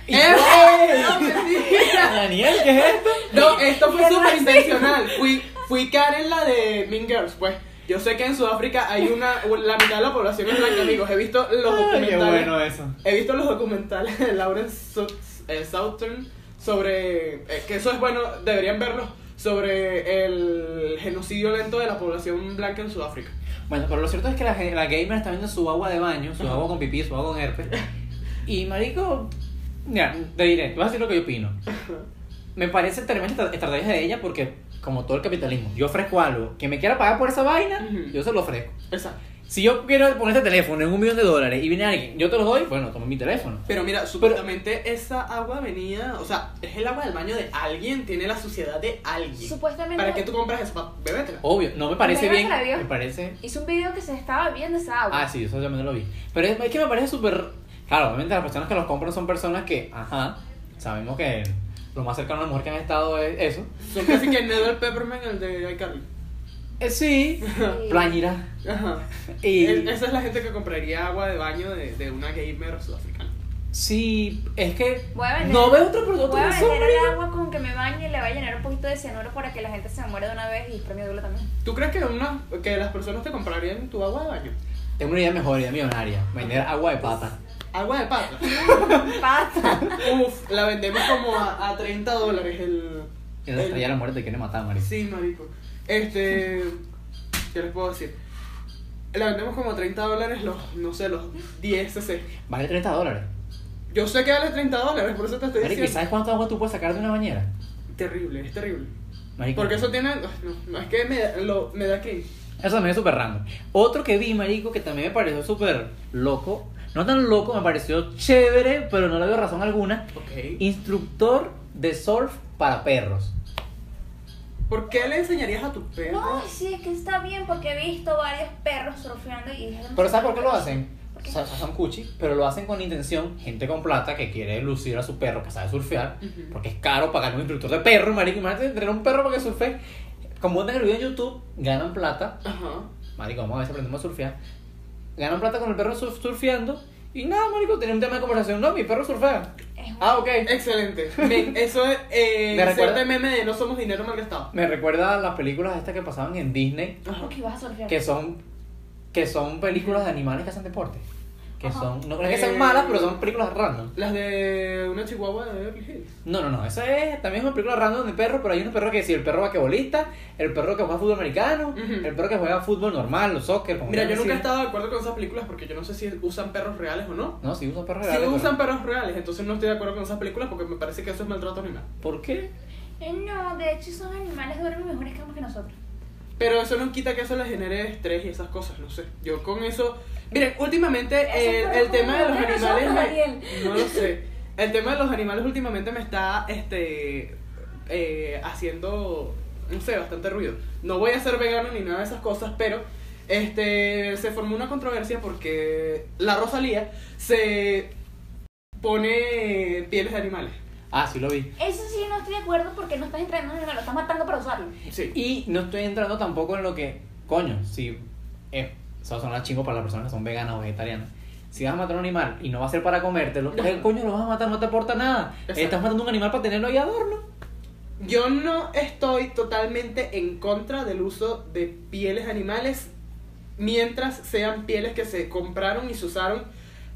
Speaker 2: ¡Y
Speaker 1: ¡Eh!
Speaker 2: güey!
Speaker 1: ¡No, mentira!
Speaker 2: Daniel, ¿qué es esto?
Speaker 1: No, esto fue
Speaker 3: Qué
Speaker 1: súper intencional. Fui, fui Karen la de Mean Girls, pues. Yo sé que en Sudáfrica hay una. La mitad de la población es blanca, amigos. He visto los documentales.
Speaker 2: eso.
Speaker 1: He visto los documentales de Lawrence Su- eh, Southern sobre. eh, que eso es bueno, deberían verlos. Sobre el genocidio lento de la población blanca en Sudáfrica.
Speaker 2: Bueno, pero lo cierto es que la, la gamer está viendo su agua de baño, su agua con pipí, su agua con herpes. Y marico, mira, te diré, te voy a decir lo que yo opino. Me parece tremenda estra- estrategia de ella porque, como todo el capitalismo, yo ofrezco algo que me quiera pagar por esa vaina,
Speaker 1: Ujú.
Speaker 2: yo se lo ofrezco.
Speaker 1: Exacto.
Speaker 2: Si yo quiero poner este teléfono en un millón de dólares y viene alguien, yo te lo doy, bueno, toma mi teléfono.
Speaker 1: Pero mira, supuestamente esa agua venía. O sea, es el agua del baño de alguien, tiene la suciedad de alguien.
Speaker 3: Supuestamente
Speaker 1: ¿Para qué tú compras eso? Pa- Bébetela.
Speaker 2: Obvio, no me parece
Speaker 3: Pero
Speaker 2: bien.
Speaker 3: se la vio.
Speaker 2: Me parece
Speaker 3: hizo un video que se estaba bebiendo esa agua.
Speaker 2: Ah, sí, eso también lo vi. Pero es, es que me parece súper. Claro, obviamente las personas que los compran son personas que, ajá, sabemos que lo más cercano a la mujer que han estado es eso.
Speaker 1: Son casi que el Nether Pepperman, el de iCarly.
Speaker 2: Eh, sí,
Speaker 3: Sí.
Speaker 2: Plañira.
Speaker 1: Ajá.
Speaker 2: Y
Speaker 1: El- esa es la gente que compraría agua de baño de, de una gamer sudafricana.
Speaker 2: sí, es que
Speaker 3: Voy a vender-
Speaker 2: no veo otro producto
Speaker 3: Voy a
Speaker 2: más sobre-
Speaker 3: vender el agua con que me bañe y le voy a llenar un poquito de cianuro para que la gente se muera de una vez y premio doble también.
Speaker 1: ¿Tú crees que, una, que las personas te comprarían tu agua de baño?
Speaker 2: Tengo una idea mejor, idea millonaria: vender agua de pata.
Speaker 1: Agua de pata.
Speaker 3: Pata.
Speaker 1: Uf, la vendemos como a, a 30 dólares el.
Speaker 2: Y la estrella de la muerte te quiere matar, Maris.
Speaker 1: Sí, marico. Este. ¿Qué les puedo decir? La vendemos como a 30 dólares los, no sé, los 10 cc.
Speaker 2: Vale 30 dólares.
Speaker 1: Yo sé que vale 30 dólares, por eso te estoy
Speaker 2: Marico, ¿y
Speaker 1: diciendo.
Speaker 2: sabes cuánta agua tú puedes sacar de una bañera?
Speaker 1: Terrible, es terrible.
Speaker 2: Marico.
Speaker 1: Porque eso tiene. No, no, es que me, lo, me da cringe.
Speaker 2: Eso también es súper random. Otro que vi, marico, que también me pareció súper loco. No tan loco, me pareció chévere, pero no le veo razón alguna.
Speaker 1: Ok.
Speaker 2: Instructor de surf para perros.
Speaker 1: ¿Por qué le enseñarías a tu perro?
Speaker 3: No, sí, es que está bien porque he visto varios perros surfeando y dije,
Speaker 2: Pero ¿sabes por qué lo hacen? O sea, son cuchi, pero lo hacen con intención. Gente con plata que quiere lucir a su perro que sabe surfear,
Speaker 1: Ujú.
Speaker 2: porque es caro pagar un instructor de perro, marico. Imagínate tener un perro para que surfe. Como en el video en YouTube, ganan plata.
Speaker 1: Ajá.
Speaker 2: Marico, vamos a ver si aprendemos a surfear. Ganan plata con el perro surf- surfeando. Y nada, marico, tienen un tema de conversación. No, mi perro surfea.
Speaker 3: Es un-
Speaker 2: Ah, ok.
Speaker 1: Excelente. Me- eso es eh,
Speaker 2: Me recuerda-
Speaker 1: cierto meme de no somos dinero malgastado.
Speaker 2: Me recuerda a las películas estas que pasaban en Disney,
Speaker 1: Ajá.
Speaker 3: ¿Cómo que vas a surfear?
Speaker 2: que son, que son películas de animales que hacen deporte. Que
Speaker 3: Ajá.
Speaker 2: son, no no es que sean malas, pero son películas random.
Speaker 1: Las de una chihuahua de Beverly Hills.
Speaker 2: No, no, no, esa es también es una película random de perro, pero hay unos perros que sí, el perro vaquebolista, el perro que juega fútbol americano,
Speaker 1: Ujú.
Speaker 2: el perro que juega fútbol normal, o soccer, como
Speaker 1: Mira, yo
Speaker 2: quieran
Speaker 1: nunca he
Speaker 2: decir.
Speaker 1: estado de acuerdo con esas películas porque yo no sé si usan perros reales o no.
Speaker 2: No, sí usan perros
Speaker 1: Si
Speaker 2: reales,
Speaker 1: usan
Speaker 2: pero-
Speaker 1: perros reales, entonces no estoy de acuerdo con esas películas porque me parece que eso es maltrato animal.
Speaker 2: ¿Por qué?
Speaker 3: Eh, No, de hecho son animales que duermen mejores camas que nosotros.
Speaker 1: Pero eso no quita que eso les genere estrés y esas cosas, no sé. Yo con eso. Miren, últimamente
Speaker 3: Eso
Speaker 1: eh, el,
Speaker 3: fue como
Speaker 1: tema de los
Speaker 3: lo que
Speaker 1: animales.
Speaker 3: nosotros,
Speaker 1: me-
Speaker 3: Daniel.
Speaker 1: no lo sé. El tema de los animales últimamente me está este eh, haciendo, no sé, bastante ruido. No voy a ser vegano ni nada de esas cosas, pero este se formó una controversia porque la Rosalía se pone pieles de animales.
Speaker 2: Ah, sí lo vi.
Speaker 3: Eso sí no estoy de acuerdo porque no estás entrando en el lo estás matando para usarlo.
Speaker 1: Sí.
Speaker 2: Y no estoy entrando tampoco en lo que, coño, si, eh, eso suena chingo para las personas que son veganas o vegetarianas. Si vas a matar a un animal y no va a ser para comértelo, pues el coño lo vas a matar, no te aporta nada. Eh,
Speaker 1: Exacto.
Speaker 2: Estás matando un animal para tenerlo ahí adorno.
Speaker 1: Yo no estoy totalmente en contra del uso de pieles de animales mientras sean pieles que se compraron y se usaron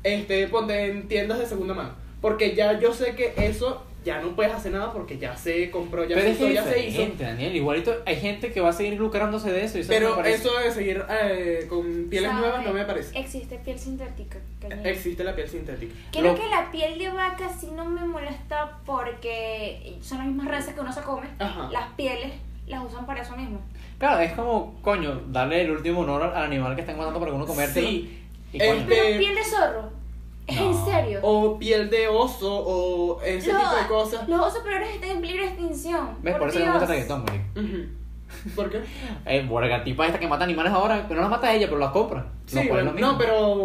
Speaker 1: este, ponte en tiendas de segunda mano. Porque ya yo sé que eso ya no puedes hacer nada porque ya se compró, ya
Speaker 2: Pero
Speaker 1: se
Speaker 2: es
Speaker 1: hizo,
Speaker 2: que
Speaker 1: ya se
Speaker 2: hay
Speaker 1: hizo.
Speaker 2: gente, Daniel, igualito hay gente que va a seguir lucrándose de eso. Y eso no me
Speaker 1: Pero
Speaker 2: parece.
Speaker 1: eso de seguir eh, con pieles
Speaker 3: ¿Sabe? Eh,
Speaker 1: nuevas no me parece.
Speaker 3: Existe piel sintética. coño.
Speaker 1: Existe la piel sintética.
Speaker 3: Creo
Speaker 2: Lo-
Speaker 3: que la piel de vaca sí no me molesta porque son las mismas razas que uno se come.
Speaker 1: Ajá.
Speaker 3: Las pieles las usan para eso mismo.
Speaker 2: Claro, es como, coño, darle el último honor al al animal que están matando para que uno comértelo.
Speaker 1: Sí.
Speaker 2: Y coño,
Speaker 1: Este-
Speaker 3: Pero piel de zorro. ¿Es
Speaker 2: No.
Speaker 3: en serio?
Speaker 1: O piel de oso o ese tipo de cosas.
Speaker 3: Los osos peores están en peligro de extinción.
Speaker 2: ¿Ves? Por eso que no me
Speaker 3: Dios.
Speaker 2: gusta el reggaetón, marico.
Speaker 1: Ujú. ¿Por qué?
Speaker 2: Eh, bueno, la tipa esta que mata animales ahora, que no las mata ella, pero las compra.
Speaker 1: Sí,
Speaker 2: Lo cual
Speaker 1: bueno,
Speaker 2: es lo mismo.
Speaker 1: no,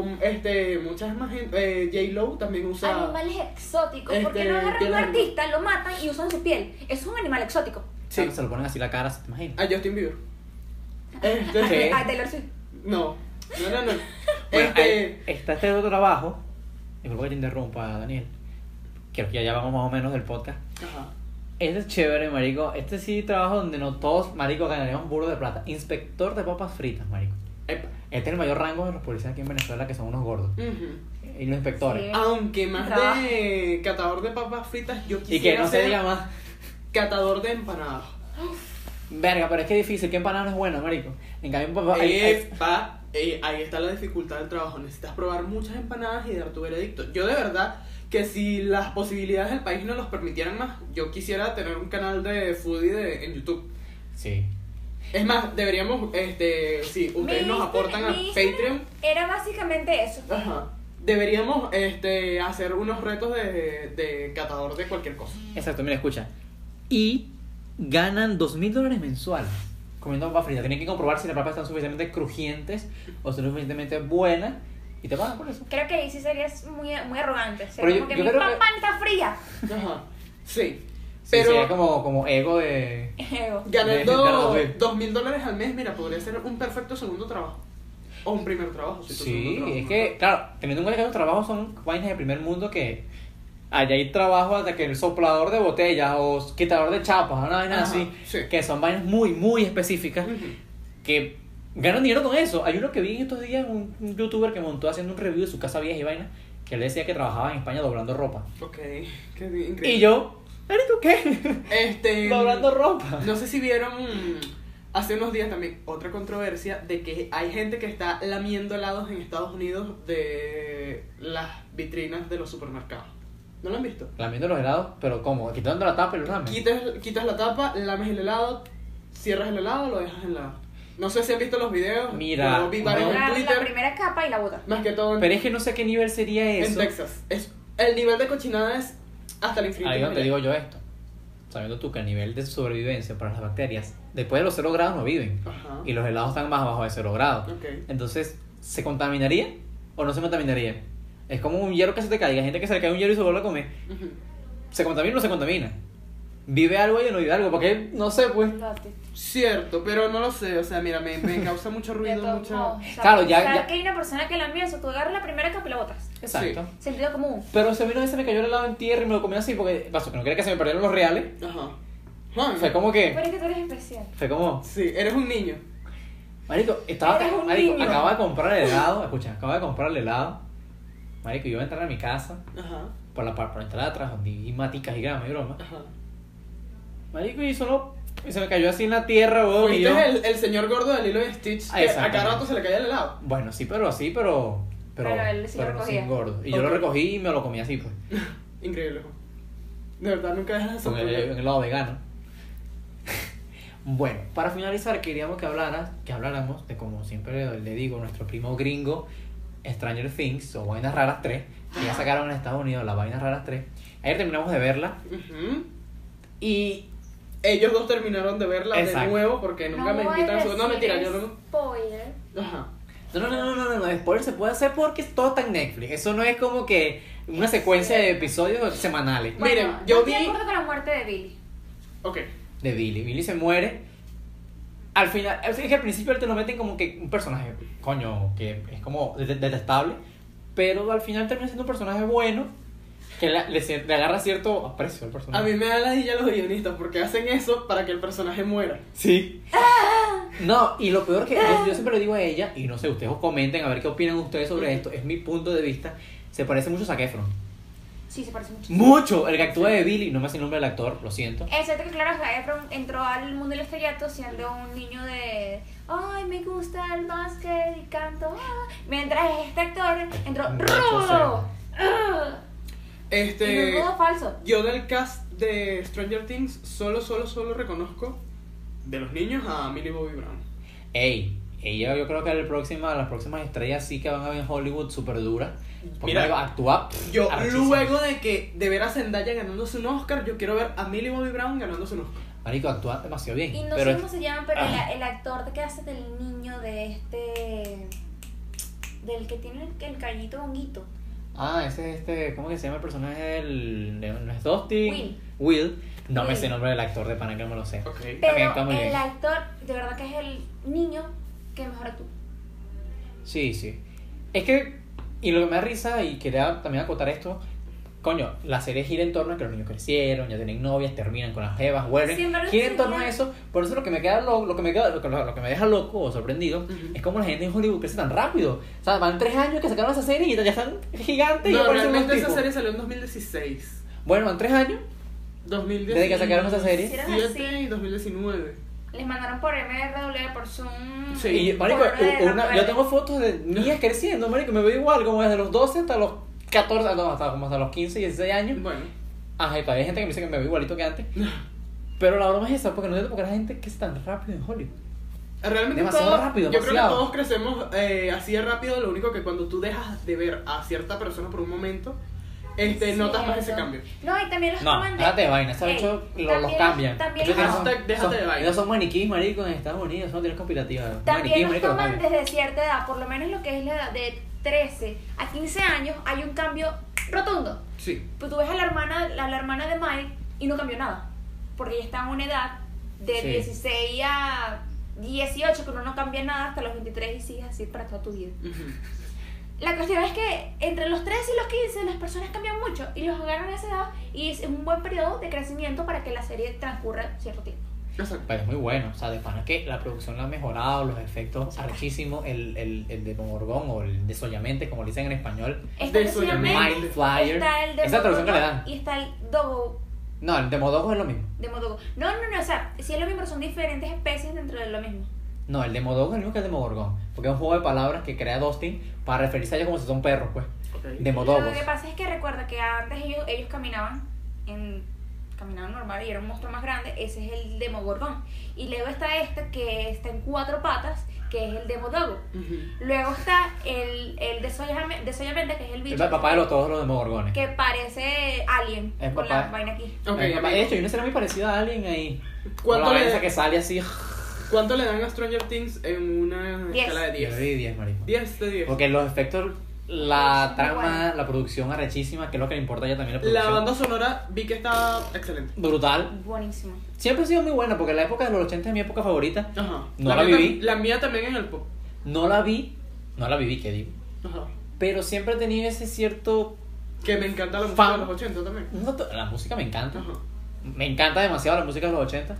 Speaker 1: pero este, muchas más gente, eh, J-Lo también usa...
Speaker 3: Animales exóticos. ¿Por qué
Speaker 1: este,
Speaker 3: no agarran
Speaker 1: piel
Speaker 3: un
Speaker 1: de-
Speaker 3: artista, lo matan y usan su piel? Eso es un animal exótico.
Speaker 2: Sí.
Speaker 1: Sí,
Speaker 2: Se lo ponen así la cara, ¿se te imaginas?
Speaker 1: a Justin Bieber. Este,
Speaker 2: Sí.
Speaker 3: Ah, Taylor Swift.
Speaker 1: No, no, no, no.
Speaker 2: Bueno,
Speaker 1: Este,
Speaker 2: ahí está este otro trabajo. Disculpa que te interrumpa, Daniel. Creo que ya vamos más o menos del podcast.
Speaker 1: ajá.
Speaker 2: Este es chévere, marico. Este sí trabajo donde no todos, marico, ganaríamos burro de plata. Inspector de papas fritas, marico.
Speaker 1: Epa.
Speaker 2: Este es el mayor rango de los policías aquí en Venezuela, que son unos gordos.
Speaker 1: Ujú.
Speaker 2: Y los inspectores.
Speaker 3: Sí.
Speaker 1: Aunque más
Speaker 3: Trabajo.
Speaker 1: de catador de papas fritas, yo
Speaker 2: Y
Speaker 1: quisiera
Speaker 2: que no se
Speaker 1: ser
Speaker 2: diga más.
Speaker 1: catador de empanadas.
Speaker 2: Verga, pero es que es difícil. ¿Qué empanada no es buena, marico? En cambio, papá. hay- hay-
Speaker 1: Epa, eh, ahí está la dificultad del trabajo. Necesitas probar muchas empanadas y dar tu veredicto. Yo de verdad que si las posibilidades del país nos los permitieran más, yo quisiera tener un canal de foodie de, en YouTube.
Speaker 2: Sí.
Speaker 1: Es más, deberíamos, este, si ustedes
Speaker 3: Mi
Speaker 1: nos
Speaker 3: Instagram-
Speaker 1: aportan a
Speaker 3: mi Instagram
Speaker 1: Patreon,
Speaker 3: Era básicamente eso.
Speaker 1: ajá, deberíamos este, hacer unos retos de, de catador de cualquier cosa.
Speaker 2: Exacto, mira, escucha. Y ganan dos mil dólares mensuales comiendo papas fritas. Tienen que comprobar si las papas están suficientemente crujientes o son suficientemente buenas. Y te pagan por eso.
Speaker 3: Creo que ahí sí serías muy, muy arrogante.
Speaker 2: Pero
Speaker 3: Sería
Speaker 2: yo-
Speaker 3: como que
Speaker 2: yo
Speaker 3: mi
Speaker 2: creo que-
Speaker 3: papá está fría.
Speaker 1: Ajá, sí.
Speaker 2: Sí,
Speaker 1: Pero
Speaker 2: sería como, como ego de.
Speaker 3: Ego.
Speaker 1: ganando
Speaker 2: de- de- de-
Speaker 1: dos mil dólares al mes, mira, podría ser un perfecto segundo trabajo. O un primer trabajo, si tu segundo
Speaker 2: Sí,
Speaker 1: trabajo
Speaker 2: es
Speaker 1: no
Speaker 2: que,
Speaker 1: está.
Speaker 2: claro, teniendo en cuenta que los trabajos son vainas de primer mundo que allá hay trabajo hasta que el soplador de botellas o quitador de chapas, una vaina
Speaker 1: Ajá,
Speaker 2: así,
Speaker 1: sí.
Speaker 2: que son vainas muy, muy específicas
Speaker 1: Ujú.
Speaker 2: que ganan dinero con eso. Hay uno que vi en estos días, un, un youtuber que montó haciendo un review de su casa vieja y vaina, que él decía que trabajaba en España doblando ropa.
Speaker 1: Ok, qué increíble.
Speaker 2: Y yo, ¿tú qué?
Speaker 1: este,
Speaker 2: doblando ropa.
Speaker 1: No sé si vieron mm, hace unos días también otra controversia de que hay gente que está lamiendo helados en Estados Unidos de las vitrinas de los supermercados. ¿No lo han visto?
Speaker 2: Lamiendo los helados, pero ¿cómo? Quitando la tapa y los lamen.
Speaker 1: Quitas, quitas la tapa, lames el helado, cierras el helado, lo dejas en la... No sé si han visto los videos.
Speaker 2: Mira,
Speaker 1: yo vi varios
Speaker 2: no.
Speaker 1: en
Speaker 3: Agarra la
Speaker 1: Twitter,
Speaker 3: primera capa y la bota.
Speaker 1: más que todo en,
Speaker 2: Pero es que no sé a qué nivel sería
Speaker 1: en
Speaker 2: eso.
Speaker 1: Texas. Es, el nivel de cochinada es hasta el infinito.
Speaker 2: Ahí
Speaker 1: y
Speaker 2: es
Speaker 1: más
Speaker 2: donde
Speaker 1: allá.
Speaker 2: digo yo esto. sabiendo tú que el nivel de sobrevivencia para las bacterias, después de los 0 grados no viven.
Speaker 1: Ajá.
Speaker 2: Y los helados están más abajo de 0 grados.
Speaker 1: Ok.
Speaker 2: Entonces, ¿se contaminaría o no se contaminaría? Es como un hierro que se te caiga. Hay gente que se le cae un hierro y se vuelve a comer.
Speaker 1: Ujú.
Speaker 2: ¿Se contamina o no se contamina? ¿Vive algo y no vive algo? Porque no sé, pues.
Speaker 1: Cierto, pero no lo sé. O sea, mira, me, me causa mucho
Speaker 4: De
Speaker 1: ruido,
Speaker 4: todos
Speaker 1: mucha.
Speaker 4: modos.
Speaker 2: Claro, ya- ya-
Speaker 3: que hay una persona que la mira, o sea, tú agarras la primera capa y la botas.
Speaker 2: Exacto.
Speaker 3: Sentido común.
Speaker 2: Pero si a mí una vez se me cayó el helado en tierra y me lo comí así porque pasó que no quería que se me perdieran los reales.
Speaker 1: Ajá. Juan,
Speaker 2: Fue como que.
Speaker 4: Pero es que tú eres especial.
Speaker 2: Fue como.
Speaker 1: Sí, eres un niño.
Speaker 2: Marico, estaba.
Speaker 3: Eres un
Speaker 2: Marico,
Speaker 3: niño.
Speaker 2: acababa de comprar el helado. Escucha, acababa de comprar el helado. Marico, yo iba a entrar a mi casa
Speaker 1: Ajá.
Speaker 2: por la, par- por la entrada de atrás donde vi maticas y grama y broma.
Speaker 1: Ajá.
Speaker 2: Marico, y solo. Y se me cayó así en la tierra, weón. Y
Speaker 1: Fuiste
Speaker 2: yo.
Speaker 1: el, el señor gordo de Lilo y Stitch
Speaker 2: Ah,
Speaker 1: que a
Speaker 2: exactamente.
Speaker 1: cada rato se le caía el helado.
Speaker 2: Bueno, sí, pero así, pero. Pero,
Speaker 3: Pero él sí lo
Speaker 2: no
Speaker 3: recogía.
Speaker 2: sin gordo. Y yo lo
Speaker 1: Ok.
Speaker 2: recogí y me lo comí así, pues.
Speaker 1: Increíble, Juan. De verdad, nunca dejas de
Speaker 2: Con el,
Speaker 1: sorprender.
Speaker 2: el lado vegano. bueno, para finalizar queríamos que hablaras, que habláramos de como siempre le digo, nuestro primo gringo, Stranger Things o Vainas Raras 3, que ya sacaron en Estados Unidos las Vainas Raras 3. Ayer terminamos de verla
Speaker 1: Ujú.
Speaker 2: y
Speaker 1: Ellos dos terminaron de verla de
Speaker 2: Exacto.
Speaker 1: nuevo porque nunca me
Speaker 4: voy a
Speaker 1: invitan a su. No,
Speaker 4: decir
Speaker 1: mentira, yo no.
Speaker 4: Spoiler.
Speaker 1: Ajá.
Speaker 2: no, no, no, no, no, no, no, spoiler se puede hacer porque todo está en Netflix. Eso no es como que una secuencia de episodios semanales
Speaker 1: Miren, yo
Speaker 3: estoy
Speaker 1: vi-
Speaker 3: de acuerdo con la muerte de Billy.
Speaker 1: Ok.
Speaker 2: de Billy. Billy se muere. Al final, es que al principio te lo meten como que un personaje, coño, que es como de- detestable, pero al final termina siendo un personaje bueno que la- le, cier- le agarra cierto aprecio al
Speaker 1: A
Speaker 2: personaje.
Speaker 1: mí me da la dilla los guionistas porque hacen eso para que el personaje muera.
Speaker 2: Sí. No, y lo peor que yo, yo siempre le digo a ella, y no sé, ustedes os comenten a ver qué opinan ustedes sobre esto, es mi punto de vista, se parece mucho a Zac Efron.
Speaker 3: Sí, se parece mucho.
Speaker 2: Mucho, el que actúa de Billy, no me hace el nombre del actor, lo siento.
Speaker 3: Excepto que, claro, Zac Efron entró al mundo del estrellato siendo un niño de. Ay, me gusta el básquet y canto. ah", Mientras este actor entró.
Speaker 2: Mucho,
Speaker 3: "Rudo". Ah, Y
Speaker 1: Este.
Speaker 3: un rudo falso.
Speaker 1: Yo del cast de Stranger Things solo, solo, solo reconozco de los niños a Millie Bobby Brown.
Speaker 2: Ey, ella yo creo que el próxima, las próximas estrellas sí que van a ver en Hollywood súper duras. Porque
Speaker 1: Mira,
Speaker 2: va a actuar. pff,
Speaker 1: Yo
Speaker 2: arrechísimo.
Speaker 1: luego de que de ver a Zendaya ganándose un Oscar, yo quiero ver a Millie Bobby Brown ganándose un Oscar.
Speaker 2: Marico, actúa demasiado bien.
Speaker 4: Y no
Speaker 2: pero
Speaker 4: sé cómo se llama, pero el-
Speaker 2: Ah.
Speaker 4: el, actor que hace del niño de este. del que tiene el, el callito honguito.
Speaker 2: Ah, ese es este. ¿Cómo que se llama el personaje del. de- ¿No es Dusty?
Speaker 4: Will.
Speaker 2: Will. No me
Speaker 4: Will.
Speaker 2: sé el nombre del actor de Panamá, que no me lo sé.
Speaker 1: Ok.
Speaker 2: También
Speaker 4: Pero
Speaker 2: está muy
Speaker 4: el
Speaker 2: bien.
Speaker 4: actor, de verdad que es el niño que mejor actúa.
Speaker 2: Sí, sí. Es que. Y lo que me da risa, y quería también acotar esto. Coño, la serie gira en torno a que los niños crecieron, ya tienen novias, terminan con las jevas, vuelven.
Speaker 4: Sí, en verdad
Speaker 2: gira
Speaker 4: sí,
Speaker 2: en torno a
Speaker 4: ya.
Speaker 2: eso. Por eso lo que me queda lo, lo que me queda, lo, que- lo que me deja loco o sorprendido
Speaker 1: Ujú.
Speaker 2: es como la gente en Hollywood crece tan rápido. O sea, van tres años que sacaron esa serie y ya están gigantes y
Speaker 1: No,
Speaker 2: aparecen unos
Speaker 1: realmente esa
Speaker 2: tipos.
Speaker 1: serie salió en 2016.
Speaker 2: Bueno, van tres años
Speaker 1: 2017
Speaker 2: desde que sacaron esa serie.
Speaker 4: Hicieron así.
Speaker 1: y 2019.
Speaker 3: Les mandaron por MRW, por Zoom.
Speaker 1: Sí.
Speaker 2: Y, marico,
Speaker 3: por orden de
Speaker 2: una-
Speaker 3: la
Speaker 2: yo
Speaker 3: muerte.
Speaker 2: tengo fotos de niñas creciendo, marico, me veo igual, como desde los 12 hasta los 14, no, hasta, como hasta los 15, 16 años.
Speaker 1: Bueno,
Speaker 2: Ajá, y todavía hay gente que me dice que me veo igualito que antes. Pero la broma es esa, porque no entiendo por qué la gente crece tan rápido en Hollywood.
Speaker 1: realmente
Speaker 2: Demasiado
Speaker 1: todos-
Speaker 2: rápido,
Speaker 1: yo creo que
Speaker 2: demasiado.
Speaker 1: todos crecemos eh, así de rápido, lo único que cuando tú dejas de ver a cierta persona por un momento, este, notas más ese
Speaker 4: Cierto.
Speaker 1: cambio.
Speaker 3: No, y también los
Speaker 2: No,
Speaker 3: toman
Speaker 2: déjate de vaina,
Speaker 3: Ey,
Speaker 2: ¿sabes? Eso lo- los
Speaker 3: también-
Speaker 2: cambian.
Speaker 3: también
Speaker 2: Ellos
Speaker 1: los-
Speaker 2: son-
Speaker 1: Hashtag déjate
Speaker 2: son-
Speaker 1: de vaina.
Speaker 2: Ellos son maniquís, marico, en Estados Unidos, son teorías compilativas. Maniquís,
Speaker 3: También los
Speaker 2: marico, los
Speaker 3: toman
Speaker 2: cambian.
Speaker 3: desde cierta edad, por lo menos lo que es la edad de 13 a 15 años, hay un cambio rotundo.
Speaker 1: Sí.
Speaker 3: Pues tú ves a la hermana, a la hermana de Mike y no cambió nada, porque ella está en una edad de
Speaker 2: Sí.
Speaker 3: 16 a 18, que uno no cambia nada hasta los 23 y sigues así para toda tu vida.
Speaker 1: Ujú.
Speaker 3: La cuestión es que entre los 13 y los 15 las personas cambian mucho y los agarran a esa edad y es un buen periodo de crecimiento para que la serie transcurra cierto tiempo.
Speaker 1: Exacto.
Speaker 2: Pero es muy bueno, o sea, de pana que la producción la ha mejorado, los efectos archísimos, el, el, el de Morgón o el de Soyamente, como le dicen en español.
Speaker 3: Está
Speaker 1: De
Speaker 3: el
Speaker 1: eso
Speaker 3: de
Speaker 1: llamé.
Speaker 3: Mike,
Speaker 2: Mind Flyer.
Speaker 3: está el de
Speaker 2: Esa traducción que le
Speaker 3: Modogo
Speaker 2: dan.
Speaker 3: y está el Dogo
Speaker 2: No, el de Modogo es lo mismo.
Speaker 3: de Modogo. No, no, no, o sea, si es lo mismo, pero son diferentes especies dentro de lo mismo.
Speaker 2: No, el de Modogo es el mismo que el de Mogorgón. Porque es un juego de palabras que crea Dustin para referirse a ellos como si son perros, pues.
Speaker 1: Ok.
Speaker 2: De
Speaker 3: Lo
Speaker 2: Modogos.
Speaker 3: que pasa es que recuerda que antes ellos, ellos caminaban en caminaban normal y era un monstruo más grande, ese es el Demogorgon. Y luego está este que está en cuatro patas,
Speaker 4: que es el de Modogo.
Speaker 1: Ujú.
Speaker 4: Luego está el, el de Soyame- de Soyamende, que es el
Speaker 2: Es
Speaker 4: bicho
Speaker 2: el papá de los, todos los demogorgones.
Speaker 4: que parece alien
Speaker 2: Es
Speaker 4: con
Speaker 2: papá.
Speaker 4: la vaina aquí.
Speaker 1: Ok,
Speaker 2: El papá-
Speaker 1: amigo.
Speaker 2: de hecho, hay una escena muy parecida a alguien ahí. Con la
Speaker 1: ¿Cuánto
Speaker 2: vaina
Speaker 1: le-
Speaker 2: esa que sale así.
Speaker 1: ¿Cuánto le dan a Stranger Things en una
Speaker 4: Diez.
Speaker 1: escala de 10?
Speaker 2: 10, marico.
Speaker 1: 10 de 10.
Speaker 2: Porque los efectos, la
Speaker 4: Sí,
Speaker 2: trama,
Speaker 4: igual.
Speaker 2: la producción arrechísima, que es lo que le importa a ella también. La
Speaker 1: La
Speaker 2: producción.
Speaker 1: banda sonora vi que está excelente.
Speaker 2: Brutal.
Speaker 4: Buenísimo.
Speaker 2: Siempre ha sido muy buena porque la época de los 80 es mi época favorita.
Speaker 1: Ajá.
Speaker 2: No la
Speaker 1: mía
Speaker 2: viví.
Speaker 1: tam- La mía también en el pop.
Speaker 2: No la vi, no la viví, que digo.
Speaker 1: Ajá.
Speaker 2: Pero siempre he tenido ese cierto.
Speaker 1: Que me encanta la música
Speaker 2: Fan.
Speaker 1: de los 80 también.
Speaker 2: no to- la música me encanta.
Speaker 1: Ajá.
Speaker 2: Me encanta demasiado la música de los 80.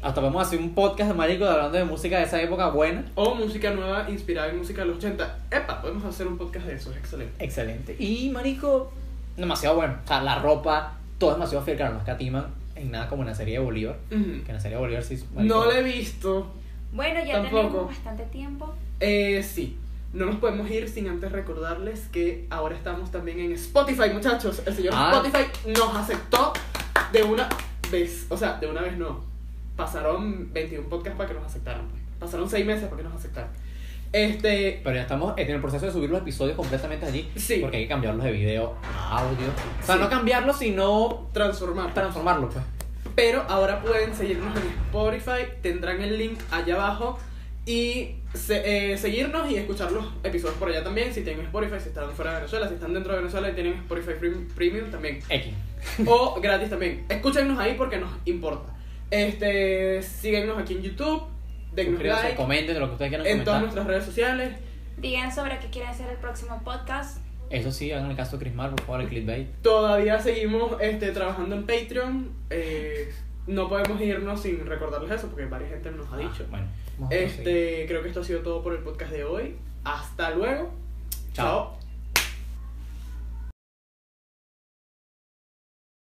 Speaker 2: Hasta podemos hacer un podcast de marico hablando de música de esa época buena.
Speaker 1: O música nueva inspirada en música de los 80. Epa, podemos hacer un podcast de eso, es excelente.
Speaker 2: Excelente. Y marico, demasiado bueno. O sea, la ropa, todo es demasiado fiel, claro, no escatiman en nada como en la serie de Bolívar.
Speaker 1: Ujú.
Speaker 2: Que en la serie de Bolívar sí. marico,
Speaker 1: No la he visto.
Speaker 4: Bueno, ya
Speaker 1: Tampoco.
Speaker 4: tenemos bastante tiempo.
Speaker 1: Eh, sí. No nos podemos ir sin antes recordarles que ahora estamos también en Spotify, muchachos. El señor
Speaker 2: Ah.
Speaker 1: Spotify nos aceptó de una vez. O sea, de una vez no. Pasaron 21 podcasts para que nos aceptaran. pues. Pasaron 6 meses para que nos aceptaran. Este,
Speaker 2: Pero ya estamos en el proceso de subir los episodios completamente allí.
Speaker 1: Sí.
Speaker 2: Porque hay que cambiarlos de video a audio. O sea,
Speaker 1: Sí.
Speaker 2: no cambiarlos, sino
Speaker 1: transformar.
Speaker 2: transformarlos, pues.
Speaker 1: Pero ahora pueden seguirnos en Spotify, tendrán el link allá abajo y se- eh, seguirnos y escuchar los episodios por allá también. Si tienen Spotify, si están fuera de Venezuela, si están dentro de Venezuela y tienen Spotify Prem- Premium también.
Speaker 2: X.
Speaker 1: O gratis también. Escúchenos ahí porque nos importa. Este, síguenos aquí en YouTube, dennos
Speaker 2: Suscríbanse,
Speaker 1: like
Speaker 2: comenten de lo que ustedes quieran
Speaker 1: en todas
Speaker 2: comentar.
Speaker 1: nuestras redes sociales.
Speaker 4: Digan sobre qué quieren hacer el próximo podcast.
Speaker 2: Eso sí, hagan el caso de Chris Mar, por favor, el clickbait.
Speaker 1: Todavía seguimos este, trabajando en Patreon. eh, no podemos irnos sin recordarles eso porque varias gente nos ha dicho.
Speaker 2: Ah, bueno. vamos a proseguir.
Speaker 1: Este, creo que esto ha sido todo por el podcast de hoy. Hasta luego.
Speaker 2: Chao.
Speaker 1: Chao.